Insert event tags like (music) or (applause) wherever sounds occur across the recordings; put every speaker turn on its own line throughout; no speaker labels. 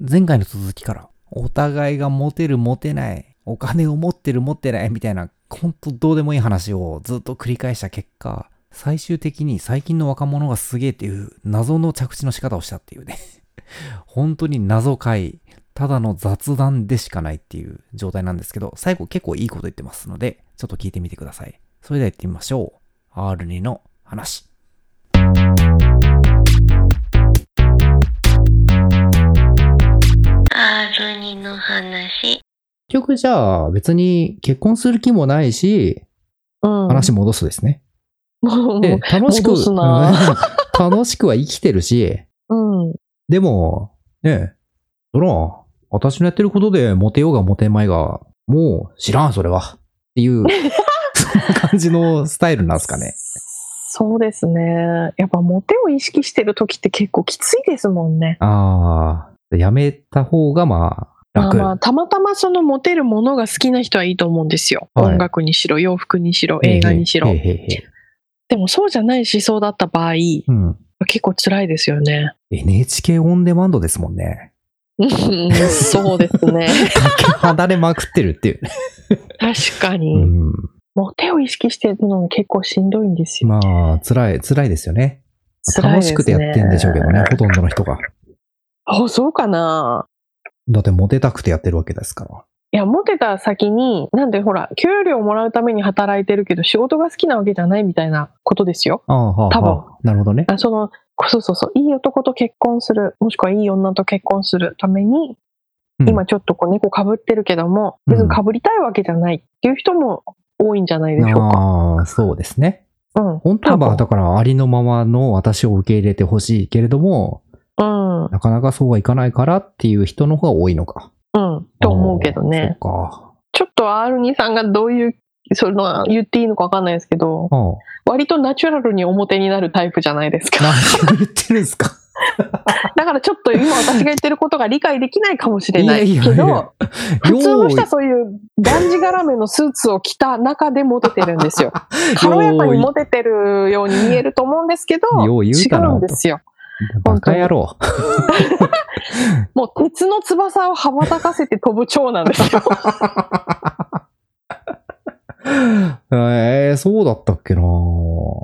前回の続きから、お互いがモテるモテない、お金を持ってる持ってないみたいな、ほんとどうでもいい話をずっと繰り返した結果、最終的に最近の若者がすげえっていう謎の着地の仕方をしたっていうね。 (laughs) 本当に謎回、ただの雑談でしかないっていう状態なんですけど、最後結構いいこと言ってますので、ちょっと聞いてみてください。それでは行ってみましょう。R2 の話。
R2 の話。
結局じゃあ別に結婚する気もないし、
うん。
話戻すですね。
もう、
で、楽しく、
戻すな
(laughs) 楽しくは生きてるし、
うん。
でも、ねえ、そら、私のやってることでモテようがモテまいが、もう知らん、それは。っていう、
(laughs)
そんな感じのスタイルなんですかね。
そうですね。やっぱモテを意識してる時って結構きついですもんね。
ああ、やめた方がまあ、楽。
まあまあ、たまたまそのモテるものが好きな人はいいと思うんですよ。
はい
音楽にしろ、洋服にしろ、映画にしろ。
へえへえへえへえ
でもそうじゃない思想だった場合、
うん。
結構辛いですよね。
NHK オンデマンドですもんね。 (laughs)
うんそうですね。
かけ離れまくってるっていう。
(laughs) 確か
う
に、
ん。
モテを意識してるの結構しんどいんですよ。
まあ、辛い、辛いですよね。
辛い
楽
です
し
ね
くてやってんでしょうけどね、ほとんどの人が。
あ、そうかな。
だってモテたくてやってるわけですから。
いや、モテた先に、なんでほら、給料もらうために働いてるけど、仕事が好きなわけじゃないみたいなことですよ。
ああ、はあ、
多分
はあ。なるほどね。
あその、こそうそうそう、いい男と結婚する、もしくはいい女と結婚するために、
うん
今ちょっとこう猫被ってるけども、
うん
別に被りたいわけじゃないっていう人も多いんじゃないでしょうか。
ああ、そうですね。
うん。
本当はまあ、
多
だからありのままの私を受け入れてほしいけれども、
分
なかなかそうはいかないからっていう人の方が多いのか。
うん。うん。と思うけどね。
ああそ
ちょっと R2 さんがどういう、その言っていいのかわかんないですけど
っ、か。あ
割とナチュラルに表になるタイプじゃないですか。
あ。何を言ってるんです
(laughs)
か
だからちょっと今私が言ってることが理解できないかもしれないけど、普通の人はそういうがんじがらめのスーツを着た中でモテてる
(laughs)
んですよ。軽やかにモテてるように見えると思うんですけど、
よう
違
言うたな
うんですよ。
バカ野郎。 (laughs)
もう鉄の翼を羽ばたかせて飛ぶ蝶なんで
(laughs)
すよ。
えー、そうだったっけな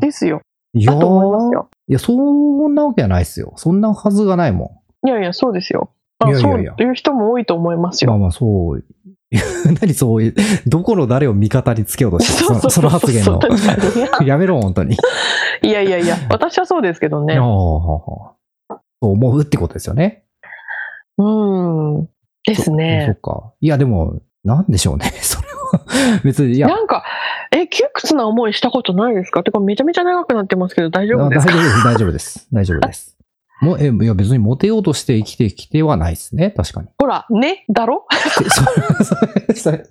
ですよ。
い
だ
や
と思います
ー
よ。
いや、そんなわけはないですよ。そんなはずがないも
いやいや、そうですよ。あ
いやいや
そう
い
い
や
う人も多いと思います
ん。まあ
よ。
まあ、そう。 (laughs) 何そういう、どこの誰を味方につけようと
(laughs)
してるその (laughs) その発言の。
確かに
やめろ、本当に。
(laughs) いやいや
(laughs)
いや、私はそうですけどね
ああ。そう思うってことですよね。
うん。ですね
そ。っか。いや、でも、なんでしょうね。 (laughs) それは。別に、いや、
なんか、え、窮屈な思いしたことないですかてか、めちゃめちゃ長くなってますけど、大丈夫
あ
ですか
大丈夫です。大丈夫です。大丈夫です。もうえ、いや、別にモテようとして生きてきてはないですね。確かに。 (laughs)
ほら、ね、だろ (laughs)
そそそれ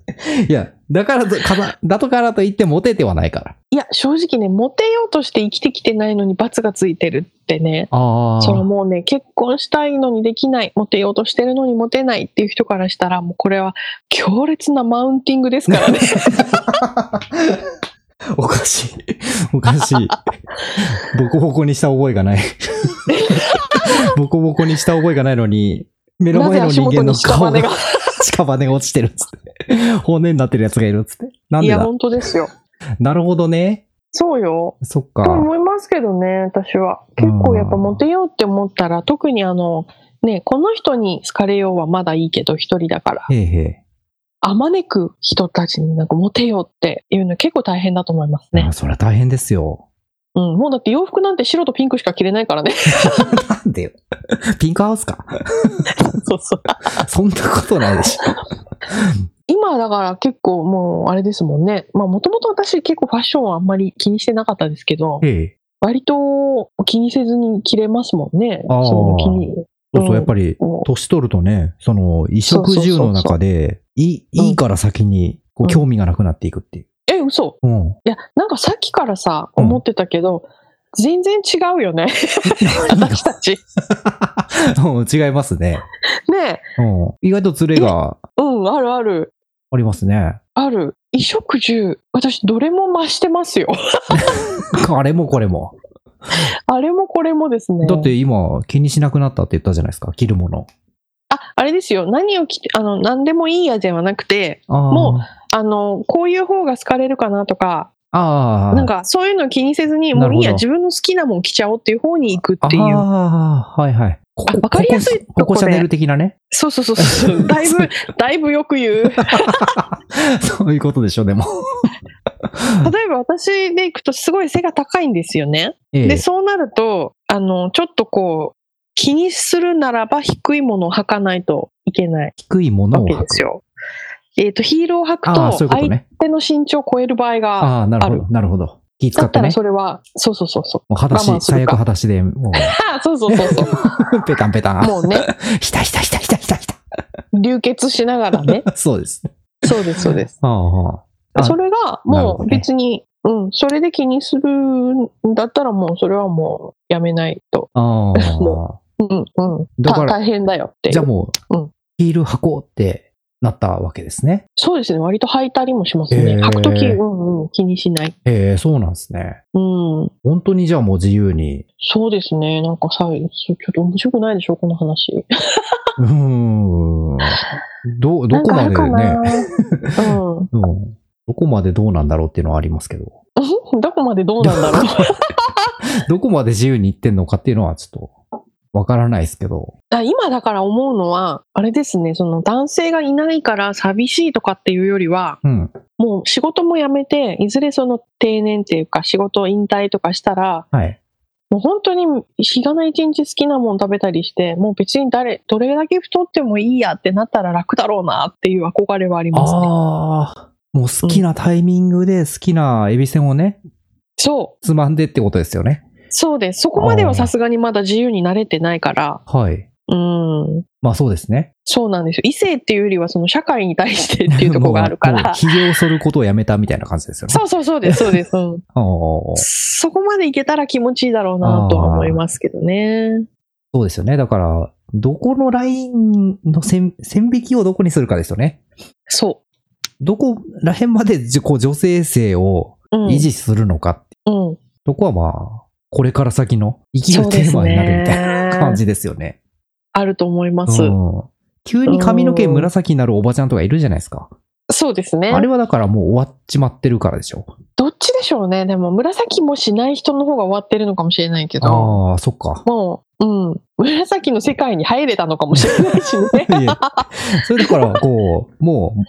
いや、だからと、かなだとからといってモテてはないから。
いや、正直ね、モテようとして生きてきてないのに罰がついてるってね。
あ
それはもうね、結婚したいのにできない、モテようとしてるのにモテないっていう人からしたら、もうこれは強烈なマウンティングですか
(laughs)
らね。
おかしい。 (laughs) おかしい。ボコボコにした覚えが
(laughs)
ない。ボコボコにした覚えがないのに、目の
な
前
ぜ
の
足
人
元
間の
に下
顔
まで
が
が。
(laughs) 屍が落ちてるっつって。骨になってるやつがいるっつって。なん
い
で
や、
だ
本当ですよ。
なるほどね。
そうよ。
そっ
と
か。
思いますけどね、私は。結構やっぱモテようって思ったら、特にあの、ね、この人に好かれようはまだいいけど、一人だから。
へえへえ。
あまねく人たちになんかモテようっていうの結構大変だと思います
い
ね
や。そりゃ大変ですよ。
うん、もうだって洋服なんて白とピンクしか着れないからね。
(laughs) なんでよ。ピンクハウスか。
そうそう。
そんなことないでし
(laughs)
ょ。
今だから結構もうあれですもんね。まあもともと私結構ファッションはあんまり気にしてなかったですけど、
ええ。
割と気にせずに着れますもんね。
あー
そういうの気に。
そうそうう、
ん
やっぱり、
もう
年取るとね、その、衣食住の中で、いい、いいから先に、こう、
うん
興味がなくなっていくっていう。
え、嘘
うん。
いや、なんかさっきからさ、
うん
思ってたけど、全然違うよ
(laughs)
ね。私たち。
うん違いますね。
ねえ。
うん意外とズレが
うん、あるある。
ありますね。
ある。衣食住。私、どれも増してま
(laughs)
すよ。
あれもこれも。
あれもこれもですね。
だって今、気にしなくなったって言ったじゃないですか、着るもの。
あ、あれですよ、何を着て、あの、何でもいいやではなくて、
も
もあの、こういう方が好かれるかなとか、
ああ。
なんかそういうの気にせずに、
な
もういい
るほど
や、自分の好きなもん着ちゃおうっていう方に行く
あ
っていう。
あ、はいはい。こ
あわかりやすい
ここ、
とこ
こ
で
シャネル的なね。
そうそうそ
(laughs)
うそう。 (laughs) だいぶ、だいぶよく言う。
そういうことでしょ、でも。
例えば私で行くとすごい背が高いんですよね。
え
で、
え。
そうなると、あの、ちょっとこう、気にするならば低いものを履かないといけない
低いもの
わ
を
け
履
です
く。
よ。えっ、と、ヒールを履く
ああ、そういうこ
と、
と
相
ね。
手の身長を超える場合が、
ああ、なるほど、なるほど。気使
だ
っ
ってた
ね
ら。それは、そうそうそうそう。
もう裸
我慢
足、
する
最
か
悪裸足で、も
(laughs) ああ、そうそうそうそう。
(laughs) う、ペタンペタン。
もうね、
(laughs) ひたひたひたひたひたひた。
流血しながらね。
そうです。
そうです、そうです。
ああ、あ
それが、
なるほ
も
ど
う
ね
別に、うん、それで気にするんだったらもう、それはもうやめないと。
ああ
(laughs) も。うん、うん。
だから
た大変だよっていう
じゃあもう、
うん
ヒール履こうってなったわけですね。
そうですね。割と履いたりもします
へ
ね。
ー
履くとき、うんうん、気にしない。
ええそうなんですね。
うん。
本当にじゃあもう自由に。
そうですね。なんかさ、ちょっと面白くないでしょこの話。
うーん。ど、どこまで
(laughs) なん
ね、
かあるかな。うん。
うん。どこまでどうなんだろうっていうのはありますけど。 (laughs)
どこまでどうなんだろう。
どこまで自由に行ってんのかっていうのはちょっと、わからないですけど。
あ今だから思うのは、あれですね。その男性がいないから寂しいとかっていうよりは、
うん。
もう仕事も辞めて、いずれその定年っていうか仕事を引退とかしたら、
はい。
もう本当に日がな一日好きなもん食べたりして、もう別に誰、どれだけ太ってもいいやってなったら楽だろうなっていう憧れはありますね。
ああ。もう好きなタイミングで好きなエビせんをね、
そ
つまんでってことですよね。
う。そうです。そこまではさすがにまだ自由になれてないから、
はい。
うん。
まあそうですね。
そうなんですよ。異性っていうよりはその社会に対してっていうところがあるか
もうもう
ら。
髭を剃ることをやめたみたいな感じですよね。
そうそうそうです、そうで
(laughs)
す。うん
あー
そこまでいけたら気持ちいいだろうなとは思いますけどね。
そうですよね。だから、どこのラインの線線引きをどこにするかですよね。
そ
どこら辺までじこう女性性を
う。うん。
維持するのかって、
うん。
どこはまあ、これから先の生きるテーマになるみたいな感じですよね。
あると思います。
うん急に髪の毛紫になるおばちゃんとかいるじゃないですか。
そうですね
あ。れはだからもう終わっちまってるからでしょ。
どっちでしょうね。でも、紫もしない人の方が終わってるのかもしれないけど、
ああ、そっか。。
もう、うん、紫の世界に入れたのかもしれないしね
(laughs) いえそれだから、こう、もう、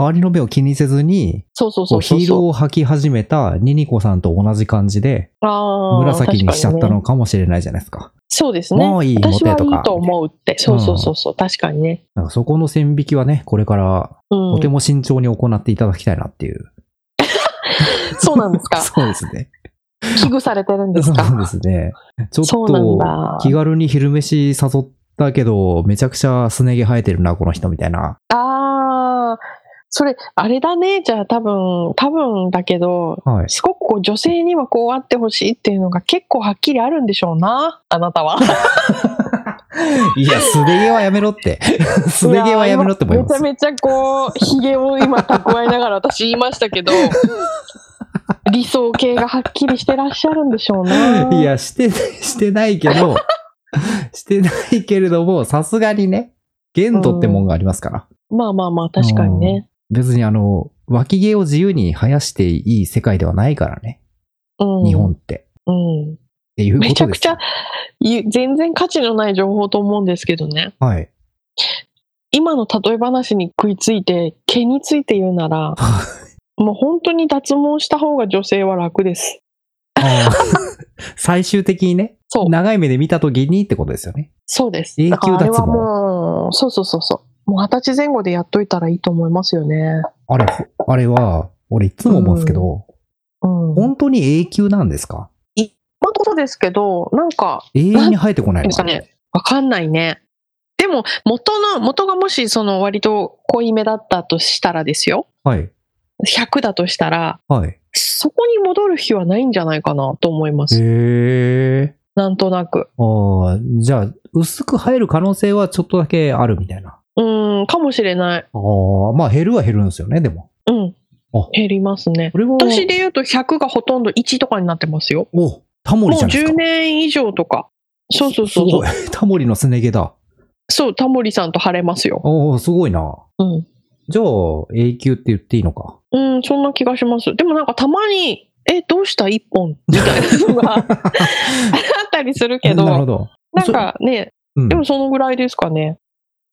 周りの目を気にせずに、
そうそう
こ
そううそ
ヒ
う
ールを履き始めたニニコさんと同じ感じで、
あー
紫にしちゃった
確かに
の
ね
かもしれないじゃないですか。
そうですね。
もういいモ
私
テ
はい
とか
いと思うって。そうそうそうそう、確かにね。
なんかそこの線引きはね、これから
うん
とて。も慎重に行っていただきたいなっていう。
そうなんですか
(laughs) そうですね。
危惧されてるんです
そうな
か
んですね。ちょっ
そうなんだ
と気軽に昼飯誘ったけど、めちゃくちゃすね毛生えてるな、この人みたいな。
ああ、それ、あれだね。じゃあ多分、多分だけど、 (laughs)
はい。
すごくこう女性にはこうあってほしいっていうのが結構はっきりあるんでしょうな。あなたは。
いや、すね毛はやめろ
(laughs)
って。 (laughs) すね毛はやめろって思います。
めちゃめちゃこう、ひげを今蓄えながら私言いまし
(laughs)
たけど、理想形がはっきりしてらっしゃるんでしょうね。
(laughs) い、や、して、してないけ
(laughs)
ど、してないけれども、さすがにね、限度ってもんがありますから。
まあまあまあ、確かにね。
別にあの、脇毛を自由に生やしていい世界ではないからね、
うん、
日本って。
うん。
っていうことですよ。
めちゃくちゃ、い全然価値のない情報と思うんですけどね。
はい。
今の例え話に食いついて、毛について言うなら、 (laughs) もう本当に脱毛した方が女性は楽です。
あー最終的にね、
そう。
長い目で見た時にってことですよね。
そうです。
永久
だからあれは
脱毛
もう、そうそうそうそう。もう二十歳前後でやっといたらいいと思いますよね。
あれ、ほあれは、俺いつも思うんですけど、
うん。
本当に永久なんですか
まあ、ことですけど、なんか、
永遠に生えてこないの
ですかね。わかんないね。でも、元の、元がもし、その、割と濃いめだったとしたらですよ。
はい。
100だとしたら、
はい。
そこに戻る日はないんじゃないかなと思いま
へ
す。
え。
なんとなく。
ああ、じゃあ、薄く生える可能性はちょっとだけあるみたいな。
うーん、かもしれない。
ああ、まあ減るは減るんですよね、でも。
うん
あ。
減りますね。
これは、
私で言うと100がほとんど1とかになってますよ。
お、タモ
もう
リじゃないですか。
10年以上とか。そうそうそ
す
う
(laughs)
そう
ごい。タモリのすね毛だ。
そう、タモリさんと晴れますよ。
おー、すごいな。
うん。
じゃあ、永久って言っていいのか。
うん、そんな気がします。でもなんかたまに、え、どうした一本み (laughs) たいなの
(laughs)
があったりするけど、
なるほ
な
ど。
んかね、
うん
で。もそのぐらいですかね。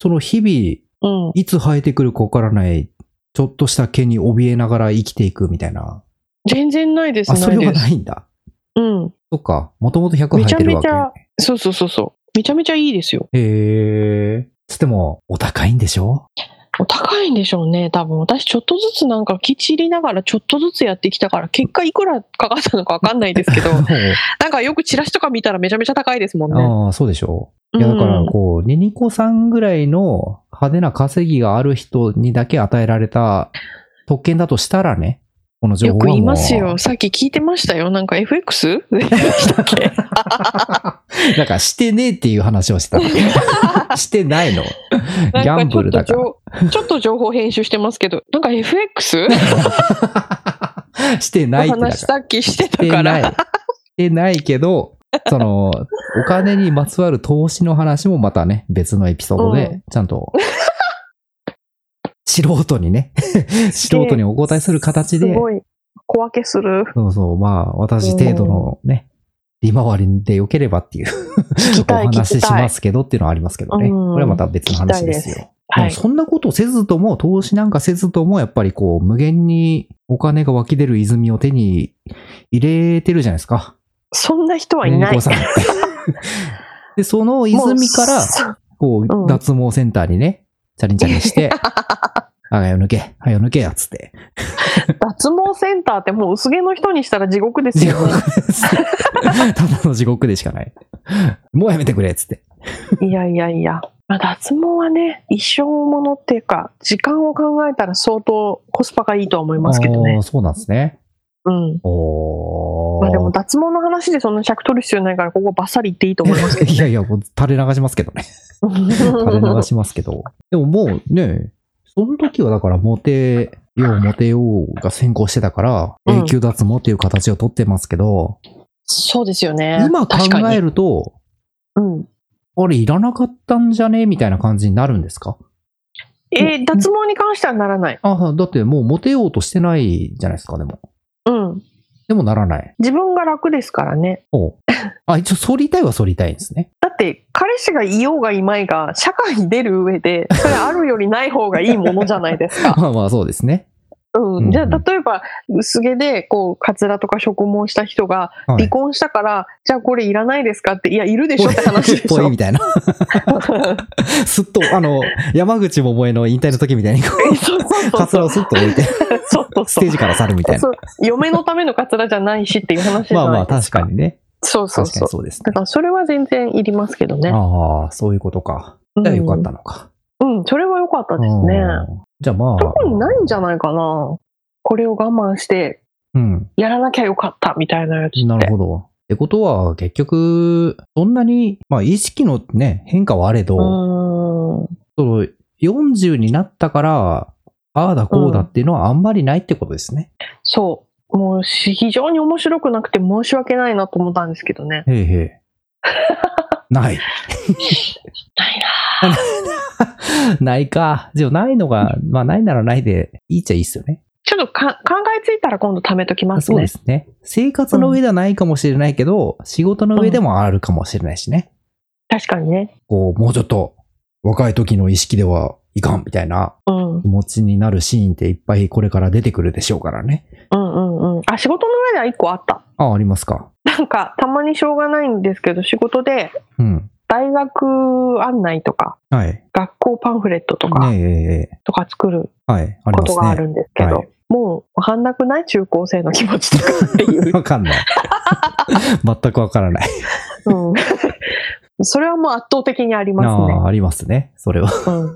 その日々、
うん。
いつ生えてくるかわからない、ちょっとした毛に怯えながら生きていくみたいな。
全然ないです、
あ、それ
ない
は
です。
ないんだ。
うん。
そっか。もともと100生えてるわけ。
めちゃめそうそうそうそう。めちゃめちゃいいですよ。
へえ。つっても、お高いんでし
(laughs)
ょ
お高いんでしょうね、多分。私、ちょっとずつなんか気散りながら、ちょっとずつやってきたから、結果いくらかかったのかわかんないです
(laughs)
けど、なんかよくチラシとか見たらめちゃめちゃ高いですもんね。
ああ、そうでしょいや、だ
うん
から、こう、ニニコさんぐらいの派手な稼ぎがある人にだけ与えられた特権だとしたらね、この情報は
よく
もう
言いますよ。。さっき聞いてましたよ。なんか FX? でしたっけ
(laughs) なんか、してねえっていう話をして
(laughs)
た。してないの。ギャンブルだから。
ら。ちょっと情報編集してますけど、なんか FX?
(laughs) して
の
ないってだから。
話
し
さっきしてた
て
か
ない。
ら
し。てないけ
(laughs)
ど、その、お金にまつわる投資の話もまたね、別のエピソード
う
で、ちゃんと、 (laughs) 素人に
(laughs)
ね、素人にお答えする形
す
で、
ごい。小分けする。
そうそう、まあ、私程度のね、利回りで良ければっていう
聞き
お
たい、聞
話
き
した
い
ま。すけどっていうのはありますけどね。
うん
これはまた別の話です
聞きたい
よ。
は
でも
い。
そんなことせずとも、投資なんかせずとも、やっぱりこう、無限にお金が湧き出る泉を手に入れてるじゃないですか。
そんな人はいな
ね
い
こ。さんで、その泉から、
ら。
こう、
うん
脱毛センターにね、チャリンチャリンして、あがよ抜け、あよ抜けや、つって。
(laughs) 脱毛センターってもう薄毛の人にしたら地獄です
地
よ
獄
ね。
です。ただの地獄でしかない。もうやめてくれ、つって。
いやいやいや。まあ、脱毛はね、一生ものっていうか、時間を考えたら相当コスパがいいとは思いますけど
あ
ね
ー。そうなんですね。
うん。
おー。
まあ
(laughs)
でも脱毛の話でそんな尺取る必要ないから、ここバッサリ言っていいと思いますけ
(laughs) いやいや、もう垂れ流しますけどね。
ど。
垂れ流しますけど。でももうね、その時はだからモテようモテようが先行してたから、
うん
永久脱毛っていう形をとってますけど、
そうですよね。
今考
確か
え
に。
ると、
うん。
あれいらなかったんじゃねみたいな感じになるんですか
えー脱毛に関してはならない。
あ、だってもうモテようとしてないじゃないですか、でも。
うん。
でもならない。
自分が楽ですからね。
お
(laughs)
うあ、一応、反りたいは反りたいんですね。
だって、彼氏がいようがいまいが、社会に出る上で、それあるよりない方がいいものじゃないで
(laughs)
すか。
まあまあ、そうですね。
うん。じゃあ、
うんうん
例えば、薄毛で、こう、カツラとか植毛した人が、
はい
離婚したから、じゃあこれいらないですかって、いや、いるでしょって話でし
ぽい
ょ
み。たいな。すっと、あの、山口百恵の引退の時みたいに、こう
(laughs) (laughs) そうそうそ
カ
う
ツ
そ
ラ
う。
をすっと置いて、
そうそう
ス
そう
テージから去るみたいな。
そう嫁のためのカツラじゃないしっていう話じ
ま
ゃ
あま
ない
あ、
で
確
すか。
かにね。
そうそう
確か
そ
に。そ
う
うです
だ
ね。
からそれは全然いりますけどね。
ああ、そういうことか。
うん
じゃあよかったのか。
うん、それは良かったですね。
うんじゃあまあ。
特にないんじゃないかな。これを我慢して、
うん。
やらなきゃよかったみたいなやつって。
なるほど。ってことは、結局、そんなに、まあ、意識のね、変化はあれど、
うーん。
その40になったから、ああだこうだっていうのはあんまりないってことですね。
そう。もうし非常に面白くなくて申し訳ないなと思ったんですけ
(laughs)
どね。
へえへえ。
(laughs)
ない。
ないな。
ないか。じゃあないのが、まあないならないでいいっちゃいいっすよね。
ちょっとか考えついたら今度貯めときます
そうで
ね。
すね。生活の上ではないかもしれないけど、仕事の上でもあるかもしれないしね。
確かにね。
こう、もうちょっと若い時の意識ではいかんみたいな
うん。うん
気持ちになるシーンっていっぱいこれから出てくるでしょうからね。
うんうん。あ、仕事の上では一個あった。
ああ、ありますか。
なんか、たまにしょうがないんですけど、仕事で
うん。
大学案内とか、
はい。
学校パンフレットとか、
ねえええええ。
とか作る
はい。ありま
こ
す
と
ね。
があるんですけど、
はい
もうわかんなくない (laughs) 中高生の気持ちと (laughs) かっていう。
わかんない。全くわからない。
うん、それはもう圧倒的にあり
ああ
ま
ー、ありますね。それは。
すね。うんうん、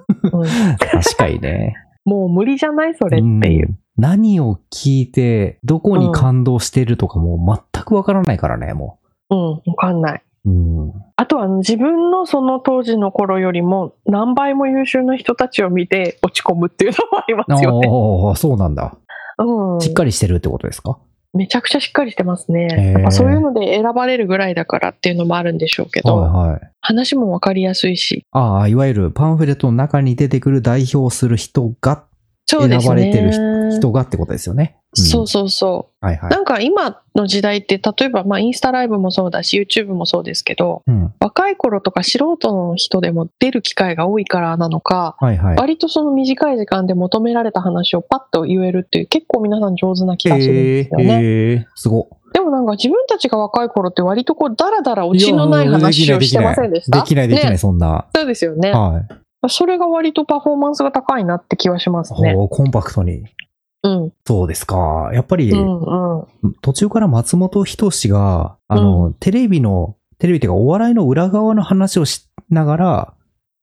確かにね。
もう無理じゃないそれっていう。
ん何を聞いて、どこに感動してるとかもう全くわからないからね、も
うん、わかんない。
う。うん。
あとは自分のその当時の頃よりも何倍も優秀な人たちを見て落ち込むっていうのもありますよね。
ああ、そうなんだ。
うん、
しっかりしてるってことですか
めちゃくちゃしっかりしてます
へえ
ね。やっぱそういうので選ばれるぐらいだからっていうのもあるんでしょうけど、
はいはい。
話もわかりやすいし。
ああ、いわゆるパンフレットの中に出てくる代表する人が、
そうで
選
すね。
ばれてる人がってことですよね。ん
そうそうそう。
はいはい
な。んか今の時代って、例えばまあインスタライブもそうだし、YouTube もそうですけど、
うん。
若い頃とか素人の人でも出る機会が多いからなのか、
はいはい。
割とその短い時間で求められた話をパッと言えるっていう結構皆さん上手な気がするんですよね。
へえ、すごっ。
でもなんか自分たちが若い頃って割とこうダラダラ落ちのない話をしてませんでした
できないできない、
ね
そんな。
そうですよね。
はい。
それが割とパフォーマンスが高いなって気はしますね。
ほうコンパクトに。
うん。
そうですか。やっぱり、
うんうん。
途中から松本人志が、あの、テレビの、テレビっていうかお笑いの裏側の話をしながら、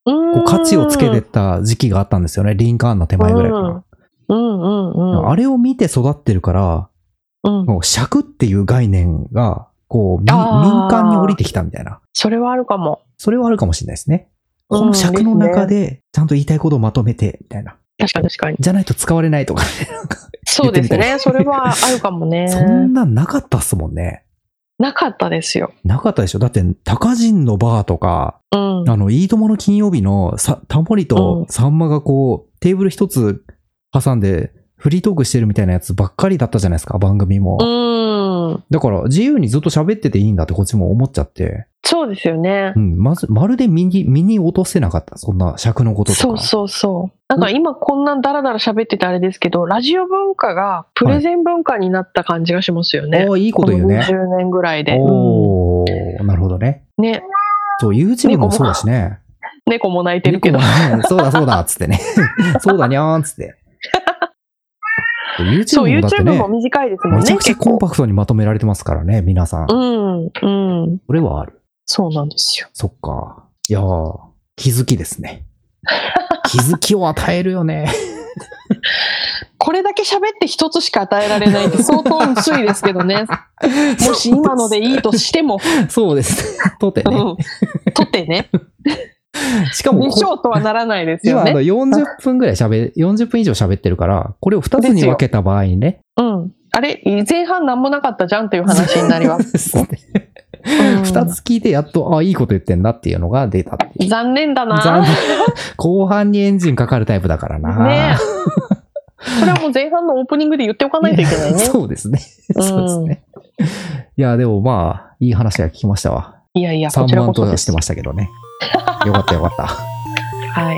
こう価値をつけてった時期があったんですよね。リンカーンの手前ぐらいかな。
うんうんうん。
あれを見て育ってるから、
うん、
もう尺っていう概念が、こう、み民
あー
間に降りてきたみたいな。
それはあるかも。
それはあるかもしれないですね。
うん
この尺の中
で
で、ちゃんと言いたいことをまとめて、みたいな。
確かに確かに。
じゃないと使われないとかね。なんか
そうです
言
ね。それはあるかもね。
(laughs) そんなんなかったっすもんね。
なかったですよ。
なかったでしょだって、高人のバーとか、
うん。
あの、いいともの金曜日のさ、タモリと
う
サンマがこう、テーブル一つ挟んで、フリートークしてるみたいなやつばっかりだったじゃないですか、番組も。
うん。
だから、自由にずっと喋ってていいんだってこっちも思っちゃって。
そうですよね
う。ん、まず、まるで身に、身に落とせなかった。そんな尺のこととか。
そうそうそう。なんか今こんなダラダラ喋っててあれですけど、ラジオ文化がプレゼン文化になった感じがしますよね。
おーいいこと
この
言うね。
20年ぐらいで。うん
おー、なるほどね。
ね、
そう、YouTube もそうだしね。
猫も泣いてるけど。
猫もねそうだそうだ、つ
(laughs)
ってね。そうだにゃーん、つって。YouTube
そう、
もだって
YouTube
ね
も、短いですもんね。
めちゃくちゃ
結構
コンパクトにまとめられてますからね、皆さん。
うん、うん。
それはある。
そうなんですよ。
そっか。いやー、気づきですね。気づきを与えるよね。
これだけ喋って一つしか与えられな
(laughs)
いって相当薄いですけどね。 (laughs) もし今のでいいとしても、
そうです。とて
う
ね。
ん。とってね。
しかも
で
こ
しょうとはならないです
今
よ
あの
ね。
40分ぐらい喋、40分以上喋ってるから、これを2つに分けた場合にね。
うん。あれ前半何もなかったじゃんっていう話にな
(laughs)
ります。
すね。
うん
2つ聞いてやっと、あ、いいこと言ってんなっていうのが出たっていう。
残念だ
残
な。
念。後半にエンジンかかるタイプだからな。
ねえ。それはもう前半のオープニングで言っておかないといけない
(laughs)
ね。
そうですね。
うん
そうですね。いや、でもまあ、いい話が聞きましたわ。
いやいや、こ
3
ちら
万
こそ
と
で
して
す。
ましたけどね。よかったよかった。
はい。